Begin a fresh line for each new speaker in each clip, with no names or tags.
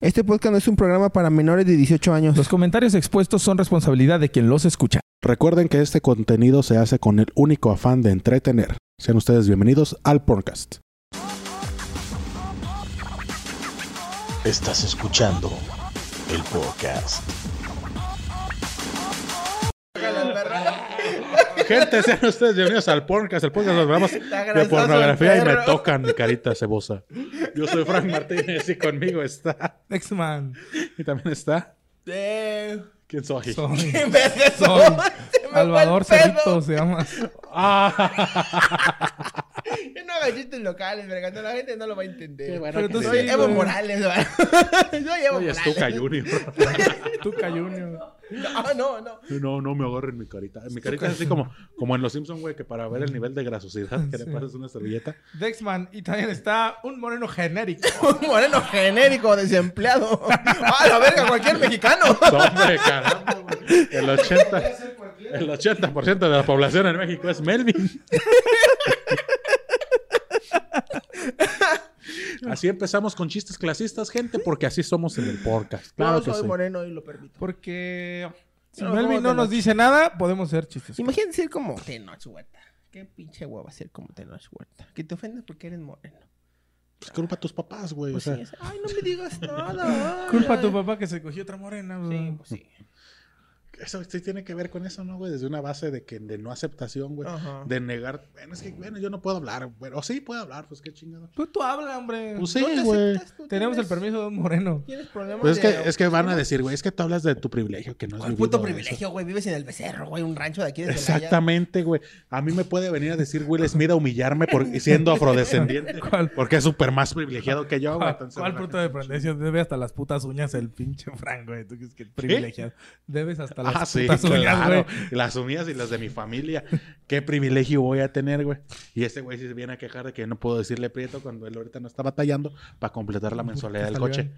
Este podcast no es un programa para menores de 18 años.
Los comentarios expuestos son responsabilidad de quien los escucha.
Recuerden que este contenido se hace con el único afán de entretener. Sean ustedes bienvenidos al podcast.
Estás escuchando el podcast.
Gente, sean ustedes bienvenidos al podcast, el podcast de los programas de pornografía y me tocan mi carita cebosa. Yo soy Frank Martínez y conmigo está,
Next man.
y también está,
Eh,
¿quién soy?
Soy
¿Qué ves eso?
Soy
Se me fue
Salvador
el pedo.
Cerrito se llama.
Ah,
Yo no hago chistes locales, verga. no, La gente no lo va a entender.
Qué bueno
Pero
que
tú eh,
te
soy
Soy
digo.
Evo
güey.
Morales, ¿verdad? Soy Evo
Soy
Morales.
Estuca Junior.
Tuca Junior.
No, Ah, no, no.
No, no me agarren mi carita. Mi carita es así como, como en Los Simpsons, güey, que para ver el nivel de grasosidad que le
Sí.
pasas una servilleta.
Dexman. Y también está un moreno genérico.
Un moreno genérico, desempleado. ¡Ah, la verga! Cualquier mexicano.
No, hombre, caramba, güey. El 80, el 80% de la población en México es Melvin. Así empezamos con chistes clasistas, gente, porque así somos en el podcast. Claro
no
que
soy
sí.
moreno y lo permito.
Porque si
No,
Melvin
no,
no
no.
nos dice nada, podemos ser chistes.
Imagínate ser como Tenoch Huerta. Qué pinche hueva ser como Tenoch Huerta. Que te ofendes porque eres moreno.
Pues culpa a tus papás, güey. o
Pues
sea,
sí, es- ay, no me digas nada. ay,
Culpa a tu
ay.
papá que se cogió otra morena.
Sí,
güey.
pues sí.
Eso sí tiene que ver con eso, ¿no, güey? Desde una base de que de no aceptación, güey.
Ajá.
De negar. Bueno, es que, bueno, yo no puedo hablar. Bueno, o sí puedo hablar, pues qué chingado.
Tú, tú habla, hombre.
Pues sí,
¿No te
güey.
aceptas tú?
Tenemos el
¿Tienes-
permiso de un moreno.
¿Tienes problemas?
Pues es
de-
que, es que van a decir, güey, es que tú hablas de tu privilegio, que no es
¿Cuál Pues puto privilegio, güey? Vives en el becerro, güey. Un rancho de aquí de Celaya.
Exactamente, güey. A mí me puede venir a decir Will Smith a humillarme por, siendo afrodescendiente.
¿Cuál?
Porque es súper más privilegiado que yo, güey.
¿Cuál,
Entonces,
cuál
la
puto
gente-
de prendecio? Debe hasta las putas uñas el pinche Frank, güey. Tú crees que privilegiado. Debes hasta las
Ah, sí,
putas uñas,
claro.
güey.
Las uñas y las de mi familia. Qué privilegio voy a tener, güey. Y este güey sí se viene a quejar de que no puedo decirle prieto cuando él ahorita no está batallando para completar la mensualidad del
salió
coche.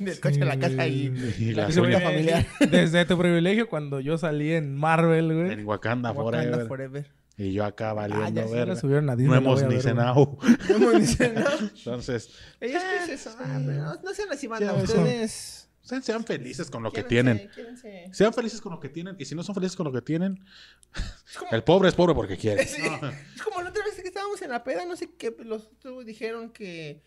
Del coche a la casa y...
Y
La
las
Ese güey-
uñas
familiar.
Desde tu privilegio, cuando yo salí en Marvel, güey.
en Wakanda,
Wakanda
forever.
forever.
Y yo acá
Ah,
valiendo
ya sí
Ya la
verga.
subieron a Disney,
No
la
hemos
voy a
ni
ver, güey.
cenado.
¿Cómo dicen? No,
Entonces,
ellos qué es eso. Ah, no, no sean así, banda.
Ya, eso.
Ustedes...
sean, sean felices con lo que
quiérense,
tienen.
quiérense.
Sean felices con lo que tienen. Y si no son felices con lo que tienen, el pobre es pobre porque quiere.
Sí. Es como la otra vez que estábamos en la peda, no sé qué, los otros dijeron que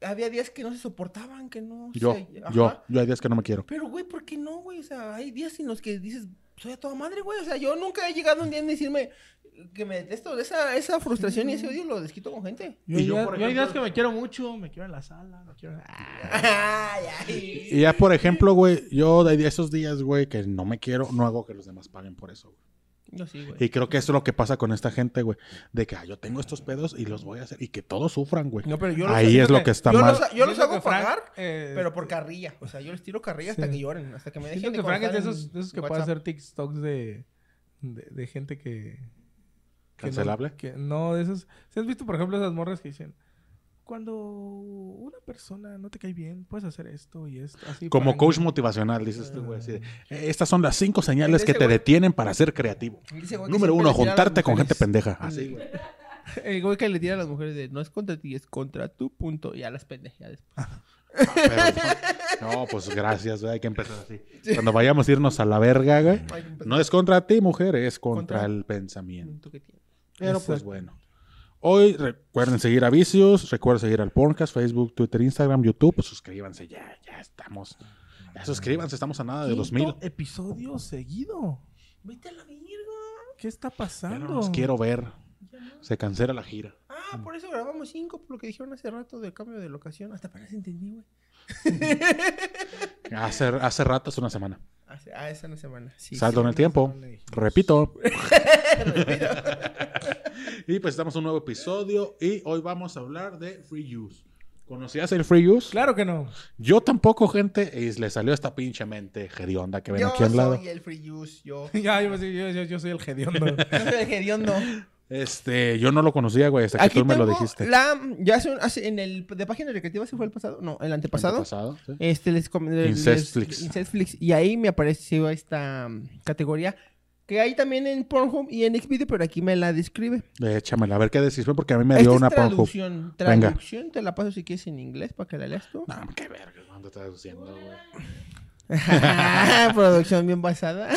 había días que no se soportaban, que no
Yo,
se- ajá.
yo, yo hay días que no me quiero.
Pero, güey, ¿por qué no, güey? O sea, hay días en los que dices, soy a toda madre, güey. O sea, yo nunca he llegado un día en decirme que me detesto. Esa, esa frustración y ese odio lo desquito con gente.
Yo,
Y yo,
ya-
por
yo hay
ejemplo-
días que me quiero mucho, me quiero en la sala, me quiero... Ah,
Ay, ay.
Y ya, por ejemplo, güey, yo de esos días, güey, que no me quiero, no hago que los demás paguen por eso. güey.
Yo sí, güey.
Y creo que eso es lo que pasa con esta gente, güey. De que ah, yo tengo estos pedos y los voy a hacer. Y que todos sufran, güey.
No, pero yo
Ahí es lo que está
yo
mal.
los- yo
Siento
hago
que Frank,
pagar,
eh,
Pero por carrilla. O sea, yo les tiro carrilla hasta
Sí.
que lloren, hasta que me dejen
Siento
de
que Frank es de
contestar
esos,
en
de esos que puede
WhatsApp.
hacer TikToks de, de, de gente que... que no-
¿Cancelable?
que- no, de esos... ¿Sí has visto, por ejemplo, esas morras que dicen... Cuando una persona no te cae bien, puedes hacer esto y esto. Así
Como
para-
coach motivacional, dices tú, güey. así de, "Eh, Estas son las cinco señales que
Ese
te
güey-
detienen para ser creativo.
Dice, güey, que
Número uno,
siempre le tira a las
juntarte con gente
mujeres.
pendeja. Así, güey.
El güey que le tira a las mujeres de no es contra ti, es contra tu punto. Y a las pendejas después.
Pero, no, pues gracias, güey. Hay que empezar así. Cuando vayamos a irnos a la verga, güey.
pues,
No es contra ti, mujer, es contra,
Contra- Mm,
el pensamiento.
punto que tiene.
Pero pues
Exacto.
bueno. Hoy recuerden seguir a Vicios, recuerden seguir al podcast, Facebook, Twitter, Instagram, YouTube. pues, Suscríbanse, ya, ya estamos. Ya suscríbanse, estamos a nada de
Quinto
2000.
episodio seguido.
Vete a la virga.
¿Qué está
Ya
pasando?
no los quiero ver. Se cancela la gira.
Ah, por eso grabamos cinco, por lo que dijeron hace rato del cambio de locación. Hasta apenas entendí, güey.
Hace, hace rato, hace una semana.
Hace- Ah, esa una semana. Sí.
Salto en el tiempo.
no le dijimos.
Repito. y pues estamos en un nuevo episodio y hoy vamos a hablar de free use. ¿Conocías el free use?
Claro que no.
Yo tampoco, gente, y le salió esta pinche mente gerionda que ven
Yo
aquí al lado.
soy el free use, yo.
ya, yo, yo- yo- yo soy el hediondo.
Yo soy el hediondo.
Este, yo no lo conocía, güey, hasta que
Aquí
tú me lo
tengo
dijiste.
La, ya hace, un- hace- en el de página recreativa, ¿se fue el pasado? No, el antepasado.
Pasado, sí.
Este les, com- les-
Incestflix.
Incestflix. Y ahí me apareció esta mm, categoría Que hay también en Pornhub y en Xvideo, pero aquí me la describe.
Échamela, a ver qué decís, güey, porque a mí me
Esta
dio
es
una Pornhub.
traducción.
Venga.
Traducción, te la paso si quieres en inglés para que la leas tú.
No, qué verga, ¿cuándo estás haciendo, güey?
Producción bien basada.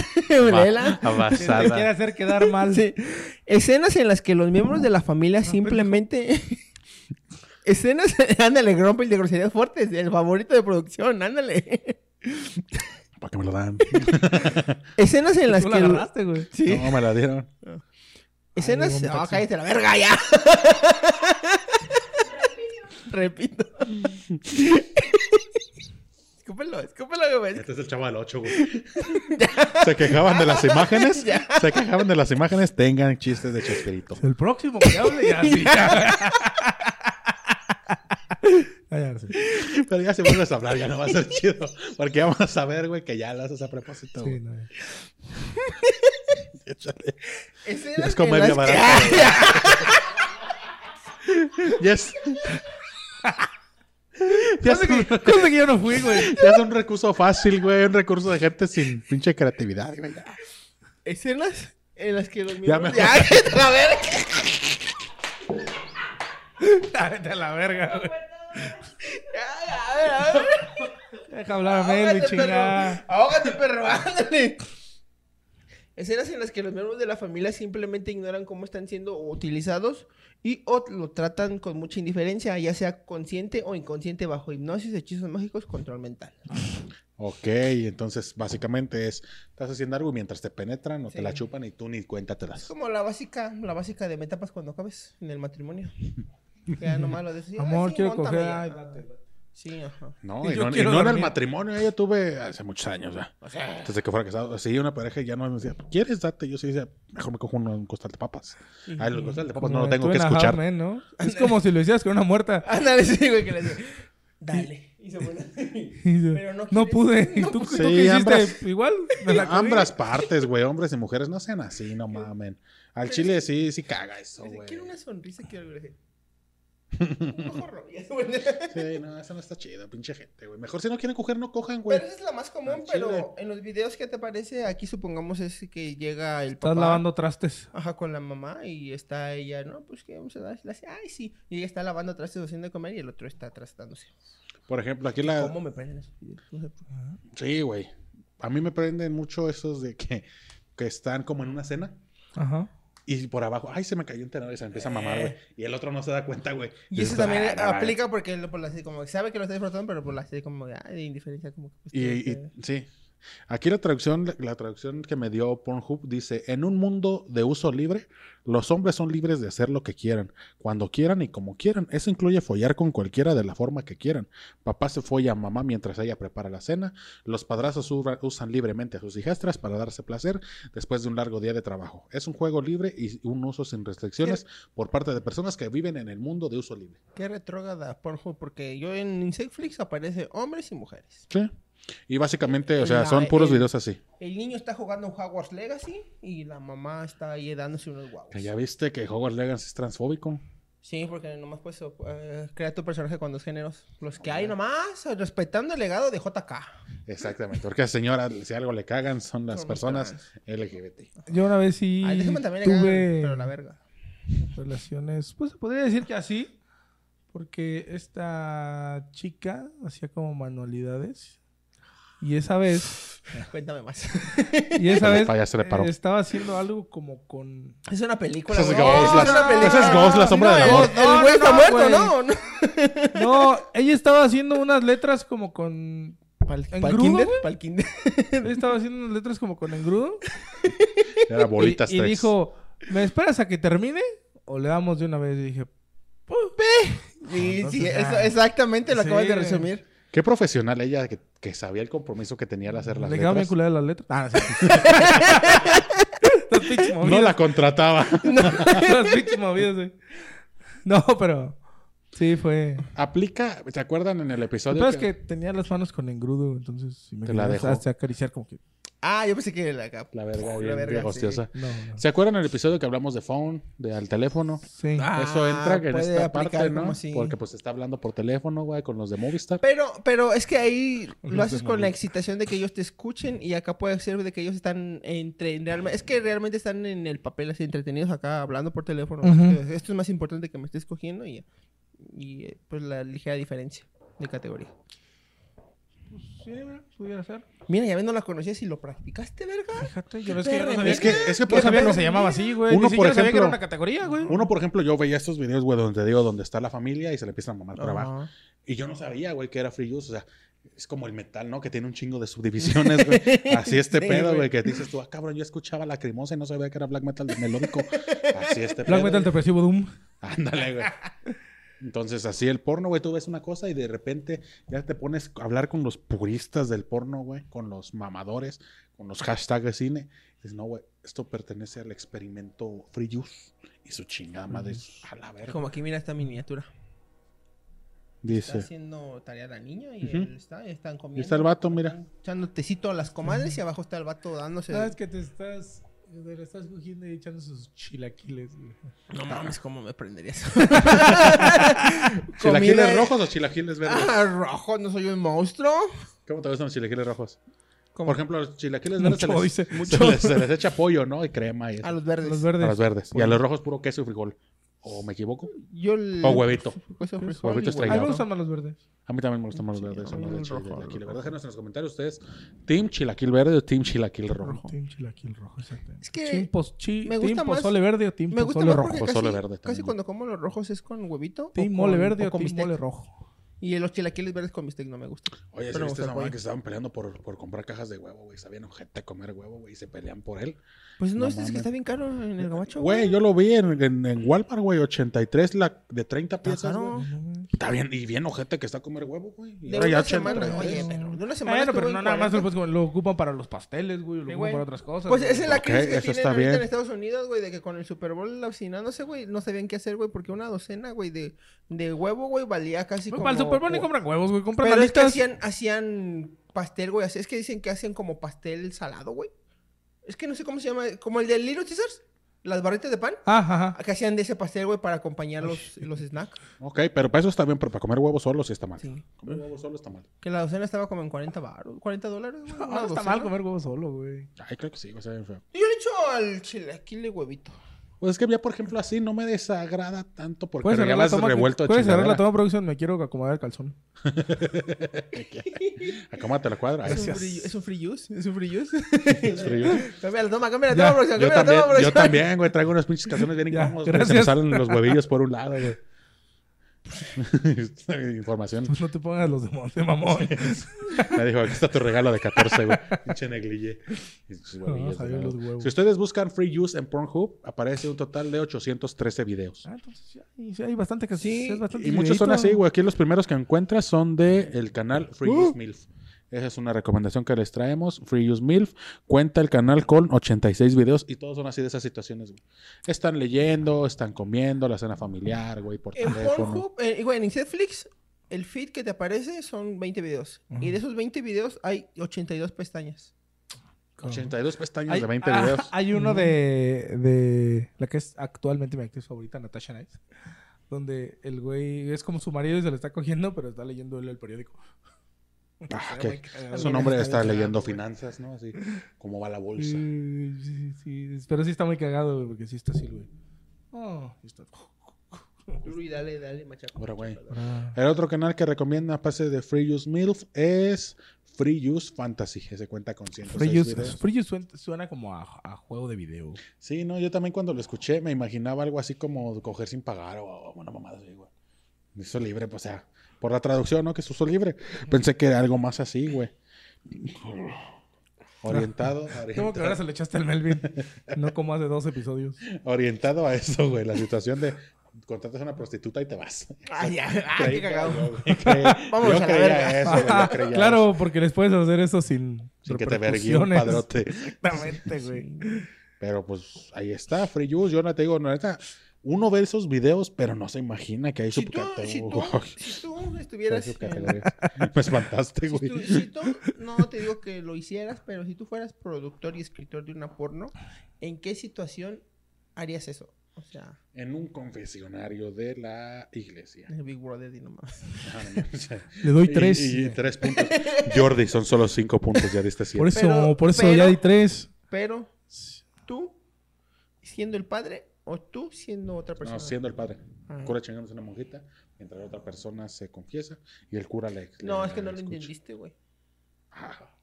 Si
Léela.
te quiere
Basada.
hacer quedar mal.
Sí. Escenas en las que los miembros de la familia simplemente. Escenas. Ándale, Grumpy de groserías fuertes. El favorito de producción, ándale.
¿Para qué me lo dan?
Escenas en las
Tú la
que.
agarraste, güey.
Sí.
No, me la dieron.
Escenas.
Ay, llegó un
Ah,
taxi.
cállate la verga ya. Repito. escúpelo, escúpelo, güey.
Este es el chavo del 8, güey. se quejaban de las imágenes.
Ya.
se quejaban de las imágenes. Tengan chistes de Chespirito.
El próximo que hable ya. sí. Ay, ahora sí.
Pero ya si vuelves a hablar, ya no va a ser chido. Porque ya vamos a saber, güey, que ya lo haces a propósito.
Sí,
güey.
no, ya.
Échale. Es
Escenas en las Ah,
comedia
que-
barata. güey. Ya es. Ya es, un,
Cosa que yo no fui, güey.
ya es un recurso fácil, güey. Un recurso de gente sin pinche creatividad, güey. Ya.
Escenas en las que los
me-
miembros. Ya, cállate
Ah, Vete a la
la verga.
verga, güey.
Ya, a ver, a ver.
Deja hablar a Meli,
Ahógate,
chingada.
perro. Ahógate, perro. Ándale. Escenas en las que los miembros de la familia simplemente ignoran cómo están siendo utilizados y o lo tratan con mucha indiferencia, ya sea consciente o inconsciente bajo hipnosis, hechizos mágicos, control mental.
Ok, entonces básicamente es: estás haciendo algo y mientras te penetran o te
Sí.
la chupan y tú ni cuenta te
Es
das.
como la básica, la básica de metapas cuando acabes en el matrimonio. Ya nomás lo decís.
Amor, quiero coger. Ay, date,
Ay,
date.
Ah, sí, ajá.
No,
Y
y
yo
no, y
quiero
no en el
dormir.
matrimonio, eh, yo tuve hace muchos años, ya. Antes de que fuera casado, sí, una pareja ya no me decía, ¿quieres date? Yo sí decía, mejor me cojo uno, un costal de papas. Ah, el costal de papas
Como
no lo
de
tengo
Two
que
and a Half
escuchar.
Men, ¿no? Es como si lo hicieras con una muerta.
Ándale, sí, güey, que le digo. Dale. Y se pone así. Pero no
no,
quieres-
pude.
no
¿Tú,
pude.
tú
Sí,
qué
ambas-
hiciste? Igual. me la comí.
Ambas partes, güey, hombres y mujeres, no sean así, no mamen. Al chile sí, sí caga eso,
Dice,
güey.
Quiero una sonrisa, quiero algo así. Un ojo rojo, ya se pone.
Sí, no, eso no está chido, pinche gente, güey. Mejor si no quieren coger, no cojan, güey.
Pero esa es la más
al
común,
chile.
pero en los videos que te aparece, aquí supongamos es que llega el papá.
Estás lavando trastes.
Ajá, con la mamá y está ella, no, pues que vamos a dar. Le hace, ay, sí. Y ella está lavando atrás haciendo de comer y el otro está trastándose.
Por ejemplo, aquí la...
¿Cómo me prenden esos videos?
Pues,
No sé por qué.
Sí, güey. A mí me prenden mucho esos de que, que están como en una cena.
Ajá.
Y por abajo, ay, se me cayó un tenedor y se empieza a mamar, güey. Y el otro no se da cuenta, güey.
Eh. Y eso
Dices,
también
"Ah, no mames".
aplica porque lo- por la, así como que sabe que lo está disfrutando, pero por la así como de, ay, de indiferencia, como que. pues,
Y, y-
que-
sí. Aquí la traducción, la, la traducción que me dio Pornhub dice: En un mundo de uso libre, los hombres son libres de hacer lo que quieran, cuando quieran y como quieran. Eso incluye follar con cualquiera de la forma que quieran. Papá se folla a mamá mientras ella prepara la cena. Los padrazos ubra- usan libremente a sus hijastras para darse placer después de un largo día de trabajo. Es un juego libre y un uso sin restricciones por parte de personas que viven en el mundo de uso libre.
Qué retrógada, porjo, porque yo en Insectflix aparece hombres y mujeres.
Sí. eh, Y básicamente, o sea,
La-
son puros
el-
videos así.
El niño está jugando un Hogwarts Legacy y la mamá está ahí dándose unos guapos.
Que ya viste que Hogwarts Legacy es transfóbico.
Sí, porque nomás pues so- eh, crea tu personaje con dos géneros. Los que hay nomás, eh, respetando el legado de JK.
Exactamente, porque a esa señora, si algo le cagan, son las
Son
personas LGBT.
Yo una vez sí
Ay, déjame también le cagan,
tuve
pero la verga.
relaciones, pues se podría decir que así, porque esta chica hacía como manualidades y esa vez,
Cuéntame más.
y esa
El
vez
payaso le
eh,
paró.
estaba haciendo algo como con
es una película.
Esas
güey.
Ghost,
es una
las-
película.
esas Ghost, la sombra del
El-
amor.
El güey está muerto,
güey.
¿no? ¿no?
No, ella estaba haciendo unas letras como con
Pal,
¿En
pal
crudo,
kinder,
güey?
pal kinder.
ella estaba haciendo unas letras como con engrudo
Era
y-
bolitas
y,
tres.
dijo, "¿Me esperas a que termine o le damos de una vez?" Y dije,
Sí,
Entonces,
sí,
ya.
eso- exactamente lo
Sí,
acabas de
güey.
resumir.
Qué profesional ella que, que sabía el compromiso que tenía al hacer las
Le quedaba bien
letras.
culera las letras. Ah, sí. Las pinches
No
movidas.
la contrataba.
Las pinches movidas, güey. No, pero. Sí, fue.
Aplica, ¿se acuerdan en el
Lo
episodio?
peor es que tenía las manos con engrudo, entonces. sí me
Te la
quería
dejó.
Hasta acariciar como que.
Ah, yo pensé que la capa.
La verga,
La
bien,
verga,
bien
sí.
hostiosa.
No, no.
¿Se acuerdan el episodio que hablamos de phone, de al teléfono?
Sí.
Ah,
Eso entra en
puede
esta parte,
aplicar
¿no?
como si-
Porque pues está hablando por teléfono, güey, con los de Movistar.
Pero, pero es que ahí
Los
lo haces con
demonios.
la excitación de que ellos te escuchen y acá puede ser de que ellos están entre realmente es que realmente están en el papel así entretenidos acá hablando por teléfono.
Ujú.
Entonces, Esto es más importante que me estés cogiendo y, y eh, pues la ligera diferencia de categoría.
Sí, mira, pudiera ser.
Mira, ya ves, no la conocías y lo practicaste, verga.
Fíjate, yo no es que yo no sabía
Es que, es que
Yo
por
no sabía que
ejemplo,
se llamaba así, güey.
Uno,
Uno,
por
por sabía que
ejemplo-
era una categoría, güey.
uno, por ejemplo, yo veía estos videos, güey, donde digo, donde está la familia y se le empiezan a mamar por abajo.
Ajá.
Y yo no sabía, güey, que era free use. O sea, es como el metal, ¿no? Que tiene un chingo de subdivisiones, güey. Así este
Sí,
pedo,
güey.
güey, que dices tú, ah, cabrón, yo escuchaba la cremosa y no sabía que era black metal de melódico. Así este pedo.
Black Metal
güey.
Depresivo Doom.
Ándale, güey. Entonces, así el porno, güey, tú ves una cosa y de repente ya te pones a hablar con los puristas del porno, güey, con los mamadores, con los hashtags de cine. Dices, no, güey, esto pertenece al experimento free use. Y su chingada madre, a la verga.
Como aquí mira esta miniatura. Está
Dice,
haciendo tarea la niña y
Ujú.
él está, y están
y
comiendo.
está el vato, mira. Ah.
Están Echando tecito a las comadres y abajo está el vato dándose.
Sabes Ah, que te estás. Te lo estás cogiendo y echando sus chilaquiles, güey.
No mames, cómo me prenderías.
¿Chilaquiles
Comida-
rojos o chilaquiles verdes?
Ah, rojo, no soy un monstruo.
¿Cómo te gustan los chilaquiles rojos?
¿Cómo?
Por ejemplo, los chilaquiles verdes
Mucho,
se les,
dice.
se
Mucho.
les- se les echa pollo, ¿no? Y crema y eso.
A los verdes.
Los
A
verdes.
los verdes. Y a
Pollo.
los rojos puro queso y frijol. ¿O me equivoco?
Yo le-
O huevito.
Queso, frijol
Huevito
y huevo.
A mí
estrellado.
me gustan más los verdes.
A mí también me gustan más los
Sí,
verdes.
a mí
más
el
de
rojo,
chilaquiles.
el rojo.
Déjenos en los comentarios ustedes, ¿team chilaquil verde o team chilaquil rojo?
Team chilaquil rojo, exactamente.
Es que
Team, pos, chi,
me gusta
team
más-
pozole verde o team
Me gusta
pozole
más
rojo.
porque
Pozole
casi,
verde
casi
también.
cuando como los rojos es con huevito. o
Team
con-
mole verde o
con
team
bistec.
mole rojo.
Y los chilaquiles verdes con bistec no me gustan.
Oye, ¿sí
Pero me
viste
gusta
esa
el
mamá
pollo.
que estaban peleando por, por comprar cajas de huevo, güey? Está bien ojete comer huevo, güey, y se pelean por él.
Pues no,
No
este es que
mames.
está bien caro en el gabacho.
Güey, yo lo vi en, en, en Walmart, güey, 83 la, de 30 piezas,
caro.
güey. Está bien, y bien ojete que está a comer huevo, güey. Y
De
ahora ya
una
83.
semana, oye, pero de una semana.
Bueno,
estuvo
pero
en
no, nada más
40.
pues, como lo ocupan para los pasteles, güey. Lo ocupan
güey.
para otras cosas.
Pues
güey.
esa es la
Ok,
crisis que
eso
tienen
está
ahorita
bien.
en Estados Unidos, güey, de que con el Super Bowl obstinándose, güey, no sabían qué hacer, güey, porque una docena, güey, de, de huevo, güey, valía casi
Güey,
como...
Pues, Para el Super Bowl ni
como-
compran huevos, güey. Compran
Pero es que
alitas.
hacían, hacían pastel, güey, así- es que dicen que hacían como pastel salado, güey. Es que no sé cómo se llama, como el de Little Caesars, las barritas de pan,
Ah,
ah,
Ajá, ajá.
que hacían de ese pastel, güey, para acompañar los, los snacks.
Ok, pero para eso está bien, pero para comer huevo solo sí está mal.
Sí.
Comer huevo solo está mal.
Que la docena estaba como en 40 baros, 40 dólares, güey. una
No, Ah, está
docena.
mal comer huevos solo, güey.
Ay, creo que sí, güey, está bien feo.
Yo le echo al chilaquile huevito.
Pues es que ya, por ejemplo, así no me desagrada tanto porque
Puedes
ya
cerrar la
vas
toma.
revuelto de
Puedes cerrar la
chingadera.
toma producción. Me quiero acomodar el calzón.
Acómate la cuadra. Ay,
Es un,
sí,
free, es un free use, es un free use.
es frío.
Cambia la toma, cambia la
Ya,
toma, producción,
Yo
cambia la toma,
también, yo
producción.
también, güey. Traigo unas pinches canciones bien
Ya,
incómodas. güey, Se me
gracias.
salen los huevillos por un lado, güey. Información.
Pues no te pongas los demonios de mamón.
Me dijo, aquí está tu regalo de 14, güey. Pinche neglige. Y sus huevillos,
Ah, salió
güey.
los huevos.
Si ustedes buscan free use en Pornhub, aparece un total de 813 videos.
Ah, entonces ya, y sí, hay bastante que
Sí,
sí, es bastante
Y muchos son
videíto.
así, güey. Aquí los primeros que encuentras son de el canal Free
Uh.
Use MILF. Esa es una recomendación que les traemos. Free Use MILF cuenta el canal con 86 videos y todos son así de esas situaciones, güey. Están leyendo, están comiendo, la cena familiar, güey, por
En
teléfono.
Pornhub, eh, güey, en Netflix, el feed que te aparece son 20 videos. Y de esos 20 videos hay 82 pestañas.
Como-
82 pestañas
Hay,
de 20
ah,
videos.
hay uno de, de la que es actualmente mi actriz favorita, Natasha Nice. Donde el güey es como su marido y se lo está cogiendo, pero está leyendo él el periódico.
Ah,
Está muy
que
cagado.
su nombre está
bien
leyendo
cagado, güey.
finanzas, ¿no? Así, cómo va la bolsa.
Sí, sí, sí, Pero sí está muy cagado, güey, porque sí está así, güey. Oh, sí está.
Duro y dale, dale, machaco.
Ahora, güey.
machaco, dale.
Ah.
El otro canal que recomienda pase de Free Use MILF es Free Use Fantasy. Ese cuenta con 106
Free Use-
videos.
Free Use suena, suena como a, a juego de video.
Sí, no, yo también cuando lo escuché me imaginaba algo así como coger sin pagar o, o una mamada así, güey. Uso libre, pues, o sea, por la traducción, ¿no? Que es uso libre. Pensé que era algo más así, güey. Orientado,
¿Cómo que ahora
orientado,
se le echaste al Melvin? No como hace dos episodios.
orientado a eso, güey. La situación de contratas a una prostituta y te vas.
Ay, ya, ay, qué
Creí-
cagado.
Yo, güey, creí-
Vamos
yo
a la
creía
verga.
eso, güey, yo creía eso.
claro, porque les puedes hacer eso sin,
Sin que te vergué un
repercusiones.
padrote.
Exactamente, güey.
Pero pues ahí está, Free Use. Yo no te digo, no, neta, Uno ve esos videos, pero no se imagina que hay
Si tú,
subcate-
si tú,
Uy,
si tú
que hay
estuvieras...
subcategorías. Me espantaste,
Si
güey.
tú, si tú- no te digo que lo hicieras, pero si tú fueras productor y escritor de una porno, ¿en qué situación harías eso? O sea,
En un confesionario de la iglesia.
en el Big Brother y no mames.
Ah, no, o sea,
Le doy
y-
tres.
Y, tres puntos. Jordi, son solo cinco puntos, ya diste
por
siete.
eso,
Pero-
por eso
pero-
ya di tres.
Pero tú, siendo el padre, o tú siendo otra persona.
No, siendo el padre. El
Ah.
cura chingándose una monjita, mientras la otra persona se confiesa y el cura le.
No,
le-
es que no lo
escucha.
entendiste, güey.
Ah,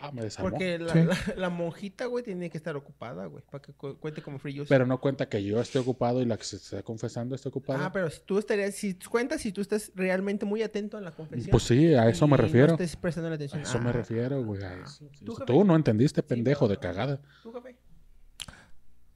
ah, me desarmó.
Porque la,
Sí.
la- la monjita, güey, tiene que estar ocupada, güey, para que cu- cuente como free use.
Pero no cuenta que yo esté ocupado y la que se está confesando esté ocupada.
Ah, pero si tú estarías, si cuentas, si tú estás realmente muy atento a la confesión.
pues sí, a eso me
y
refiero.
No estés prestando la
A
atención.
eso me
Ah,
refiero, güey. a eso. Tú,
¿Tú, jefe?
no entendiste, pendejo
no,
de
no.
cagada.
¿Tú, jefe?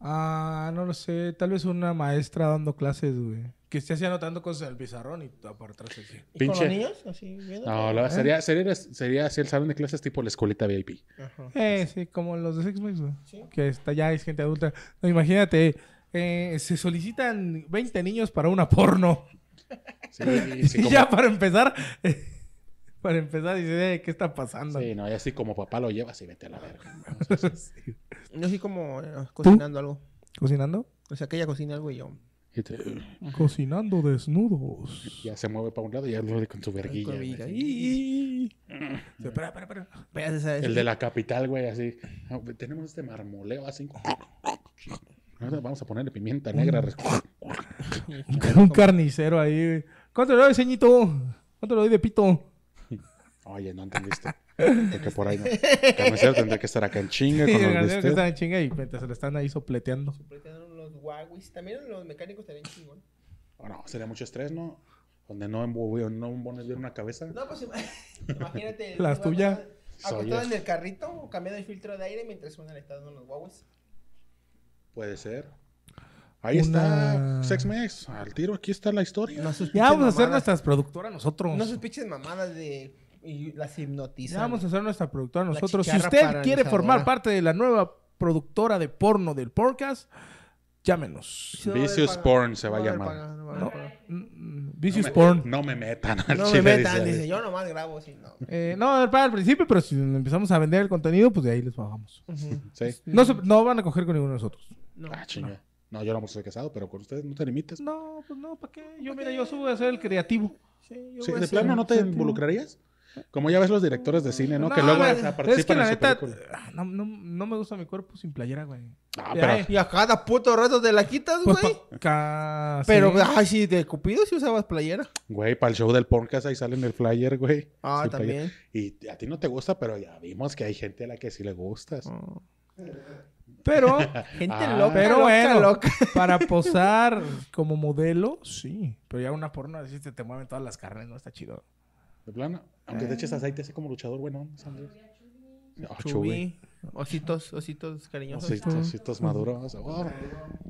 Ah, no lo sé. Tal vez una maestra dando clases, güey. Que esté así anotando cosas al pizarrón y apartarse así.
¿Y con los
Pinche- Ah.
niños? Así, viendo.
No, la- sería, sería, sería así el salón de clases tipo la escuelita VIP.
Ajá.
Eh, sí, como los de Sex Mex, güey.
Sí.
Que está ya es gente adulta. No, imagínate, eh, se solicitan 20 niños para una porno.
Sí, y así
y
como-
ya para empezar, para empezar, dice, eh, ¿qué está pasando?
Sí, no, y así como papá lo llevas y vete a la verga.
Yo así como eh, cocinando algo.
¿Cocinando?
O sea, que ella cocina algo y yo.
Y te-
Cocinando desnudos.
ya se mueve para un lado y ya lo con su verguilla.
Con mi hija.
güey.
Y- Sí, Espera, espera, espera.
Veas pues, esa-
El de la capital, güey, así. "Ah, güey, Tenemos este marmoleo así. Ahora Vamos a ponerle pimienta negra.
Un, ca- un carnicero ahí. güey. ¿Cuánto le doy, ceñito? ¿Cuánto le doy de pito?
Oye, no entendiste. Porque por ahí no. El carnicero tendría que estar acá en chinga
Y
con
el
los
carnicero que
bistecs.
está en chinga y mientras se le están ahí sopleteando.
Pretenden los guaguis. También los mecánicos también chingón.
Oh, no, sería mucho estrés, ¿no? Donde no embobo- no embones bien una cabeza.
No, pues ima- imagínate.
Las
una
tuyas.
acostada- Acostada
Soy
en el carrito o cambiando el filtro de aire mientras suena le está dando los guaguis.
Puede ser. Ahí
Una-
está Sex Mex. Al tiro, aquí está la historia.
No sus
Ya vamos a
pinches
hacer
mamadas.
nuestras productoras nosotros.
No sus pinches mamadas de. Y las hipnotizan.
Ya vamos a hacer nuestra productora
La
nosotros. Si
chicharra
usted quiere
paralizadora.
formar parte de la nueva productora de porno del podcast, llámenos.
Sí, no va a haber
Vicious
paga-
porn se va a
no haber
llamar.
paga, no va a haber
No,
paga.
mm, mm, Vicious
no me,
Porn.
No me metan al
No me
chile,
metan,
dice.
dice. Yo nomás grabo si no.
Eh, no, para el principio, pero si empezamos a vender el contenido, pues de ahí les bajamos.
Sí.
No, se- no van a coger con ninguno de nosotros.
Pues, No.
Ah, chinga. No, yo no soy casado, pero con ustedes no te limites.
No, pues no, ¿para qué? Yo, mira, yo subo a ser el creativo.
Sí, yo
Sí,
voy a
¿De
hacer-
plano no te involucrarías? Como ya ves los directores de cine, ¿no? que luego
la-
hasta
es que
participan
la
en su
neta,
película.
ah, no, no, no me gusta mi cuerpo sin playera, güey.
Ah,
Ya,
pero
eh.
Y a cada puto rato te la quitas, güey.
Pues pa- ca-
Pero, ah,
sí.
ay, sí, de Cupido sí usabas playera.
Güey, para el show del podcast ahí sale en el flyer, güey.
Ah,
Sí,
también.
flyer. Y a ti no te gusta, pero ya vimos que hay gente a la que sí le gustas.
pero,
Gente
Ah.
loca,
pero
loca,
bueno,
loca.
para posar como modelo, sí. Pero ya una porno así te, te mueven todas las carnes, no está chido.
De plano, aunque te eches aceite así como luchador, güey, no, Sandro. Ah, chubi.
Chubí, ositos, ositos cariñosos.
Ositos, ositos maduros. Oh,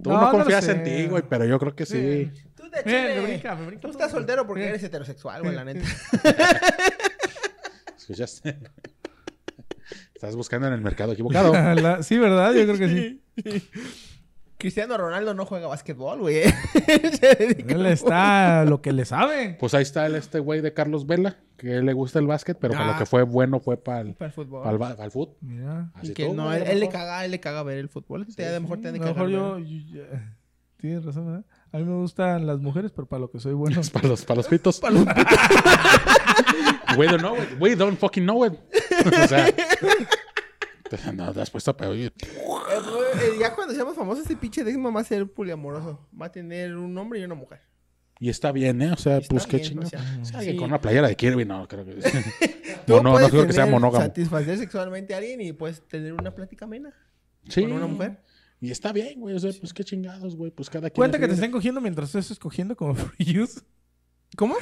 Tú
No,
no,
no lo
confías
sé.
en ti, güey, pero yo creo que sí.
Sí.
Tú te
Mira,
chile.
me brinca, me brinca
Tú
todo.
estás soltero porque
Mira.
eres heterosexual, güey, la neta.
¿Escuchaste? Estás buscando en el mercado equivocado.
La- sí, ¿verdad? Yo creo que sí.
Cristiano Ronaldo no juega básquetbol, güey. Se dedica
Pues, Él
al
está lo que le sabe.
Pues ahí está el, este güey de Carlos Vela, que le gusta el básquet, pero para lo
Ah.
que fue bueno fue para el,
fútbol, Para el fútbol.
para el, ba- para el fútbol.
Mira.
y que no, él, él le caga, él le caga ver el fútbol. Te- a lo mejor te han
A lo
de cagar.
mejor
ver.
yo, yo- yo- Tienes razón, ¿verdad? A mí me gustan las mujeres, pero para lo que soy bueno.
Para los, para los pitos. We don't know it. We don't fucking know it. o sea. No, te has puesto a oír.
Eh, güey, eh, ya cuando seamos famosos, este pinche déjima va a ser poliamoroso. Va a tener un hombre y una mujer.
Y está bien, ¿eh? O sea,
Está
pues qué
bien,
chingo.
o sea,
Si alguien
sí.
con una playera de Kirby, no, creo que.
Tú
no, no, no
puedes
creo que sea
tener-
monógamo.
Satisfacer sexualmente a alguien y puedes tener una plática amena
Sí.
con una mujer.
Y está bien, güey. O sea, pues qué chingados, güey. Pues cada quien.
Cuenta
es
que te
libre.
estén cogiendo mientras tú estás cogiendo como free use.
¿Cómo?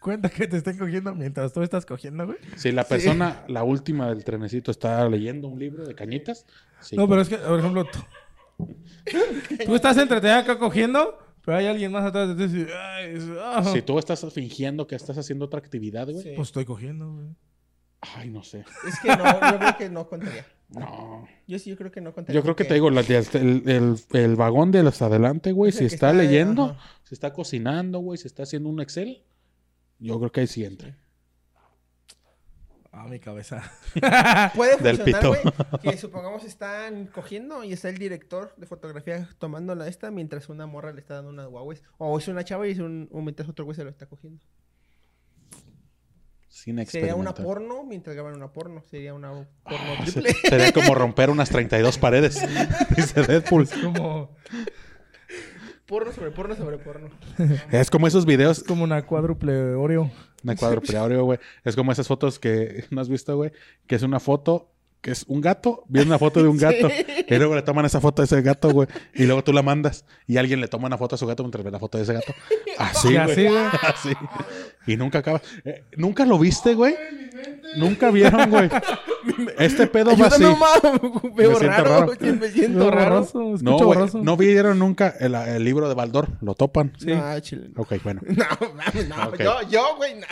Cuenta que te estén cogiendo mientras tú estás cogiendo, güey.
Si la persona, la última del trenecito, está leyendo un libro de cañitas. sí,
No,
pues.
pero es que, por ejemplo, tú, tú estás entretenida acá cogiendo, pero hay alguien más atrás de ti. y, ay, es- ah,
Si tú estás fingiendo que estás haciendo otra actividad, güey.
Sí.
Pues estoy cogiendo, güey.
Ay, no sé.
Es que no, yo creo que no contaría.
No.
Yo sí, yo creo que no contaría.
Yo creo que te
porque-
digo, la- el, el- el vagón de los adelante, güey,
Es
si
el que
está,
está-
leyendo,
ajá.
si está cocinando, güey, si está haciendo un Excel, yo creo que ahí sí entra.
Ah, mi cabeza.
Puede
Del
funcionar, güey. Que supongamos están cogiendo y está el director de fotografía tomando la esta mientras una morra le está dando unas guagues. O es una chava y es un, o mientras otro güey se lo está cogiendo.
Sin
Sería una
experimentar.
porno mientras graban una porno. Sería una porno
Ah,
triple.
se- Sería como romper unas 32 paredes. Dice Deadpool.
Como,
Porno sobre porno sobre porno.
Es como esos videos
como una cuádruple Oreo.
de cuádruple Oreo, güey. Es como esas fotos que no has visto, güey. Que es una foto, que es un gato, viene una foto de un gato. Y luego le toman esa foto a ese gato, güey. Y luego tú la mandas. Y alguien le toma una foto a su gato mientras ve la foto de ese gato. Así,
Y
güey.
así, güey.
Así. Y nunca acaba. eh, ¿Nunca lo viste, güey? Nunca vieron, güey. Este pedo va así.
Ayúdame, mamá. Veo
Me siento
raro.
raro.
sí, Me siento raro.
borroso,
No,
escucho
güey,
borroso.
no vieron nunca el, el libro de Baldor. Lo topan.
Sí.
No, chile.
Ok, bueno.
No, mames, no.
Ok.
Yo, yo, güey, no.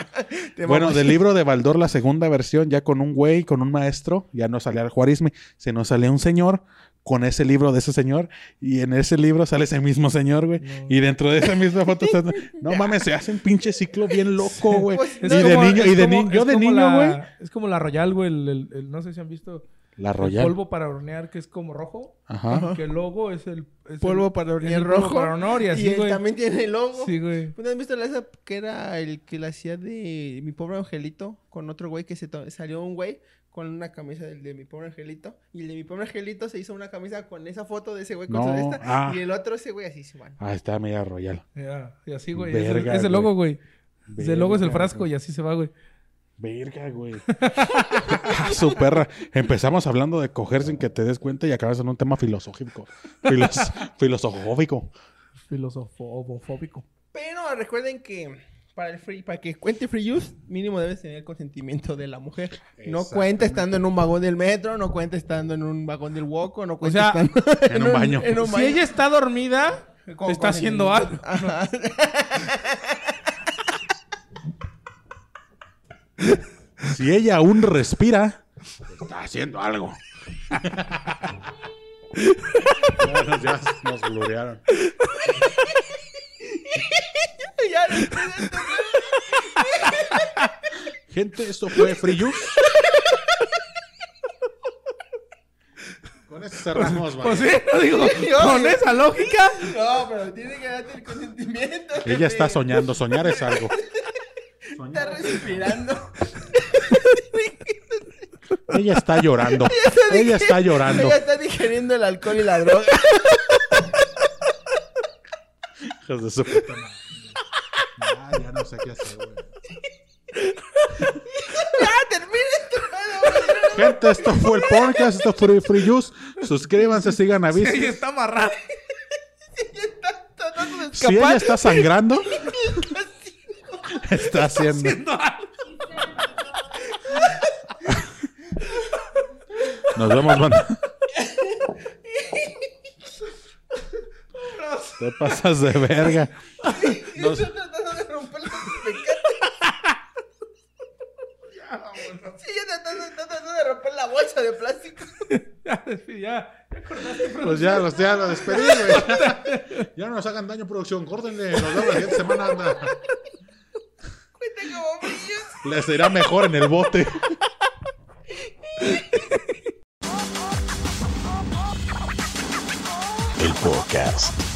Te
Bueno,
mamas.
del libro de Baldor, la segunda versión, ya con un güey, con un maestro, ya no salía el Juarismi, sino salía un señor con ese libro de ese señor, y en ese libro sale ese mismo señor, güey. Y dentro de esa misma foto, está- no mames, se hace un pinche ciclo bien loco, güey.
Pues,
y
no,
de
como-
niño,
es
y de
como-
niño, yo
es
de
como
niño,
la-
güey.
Es como la Royal, güey. El, el- el- no sé si han visto.
La
el
Royal.
polvo para hornear que es como rojo.
Ajá.
Que el logo es el... es
polvo
el-
para
es
hornear
el polvo
rojo.
para honor y así,
él
güey.
también tiene el logo.
Sí, güey.
¿No has visto la esa que era el que la hacía de mi pobre angelito con otro güey que se to- salió un güey con una camisa del de mi pobre angelito y el de mi pobre angelito se hizo una camisa con esa foto de ese güey con
No,
su de esta
ah.
y el otro ese güey así se van.
Ah, está media Royal.
Ya, Y así, güey. Ese
Verga,
es el
güey.
logo, güey. Ese logo es el
Verga,
frasco
güey.
y así se va, güey.
Verga, güey. Ah, Su perra. Empezamos hablando de coger sin que te des cuenta y acabas en un tema filosófico. Filos- filosofóbico.
Filosofobofóbico.
Pero recuerden que para el free para que cuente free use mínimo debes tener el consentimiento de la mujer. No cuenta estando en un vagón del metro, no cuenta estando en un vagón del Woco, no cuenta
sea,
estando
en un baño.
en un
Si
baño.
ella está dormida,
Con-
está
con
haciendo
el-
algo.
Ajá.
Si ella aún respira, está haciendo algo. Bueno, ya nos gloriaron.
Ya, ya, ya.
Gente, esto fue Free Juice. Con esto cerramos,
Pues sí, lo digo.
Yo-
Con esa lógica.
No, pero tiene que darte el consentimiento.
Ella está
jefe.
soñando. Soñar es algo.
Está respirando.
Ella está llorando. Ella está llorando.
Ella está digeriendo el alcohol y la droga.
Hijos de su puta madre. Ah, ya no sé qué hacer, güey.
¡Ya, Ah, termina esto!
Gente, esto fue el podcast, esto fue Free Juice. Suscríbanse, sigan a Viz.
Ella está amarrada.
Ella está tratando de
Si ella
escapar.
está sangrando, está haciendo. Nos vemos, banda. Te pasas de verga.
Y yo estoy tratando de romper los pecates. Sí, ella está tratando- está tratando de romper la bolsa de plástico.
Ya, ya.
Pues ya los, ya los despedí, güey. Ya no nos hagan daño, producción. Córtenle. Nos vemos la siguiente semana, anda.
Cuenta como brillos.
Les irá mejor en el bote.
El podcast.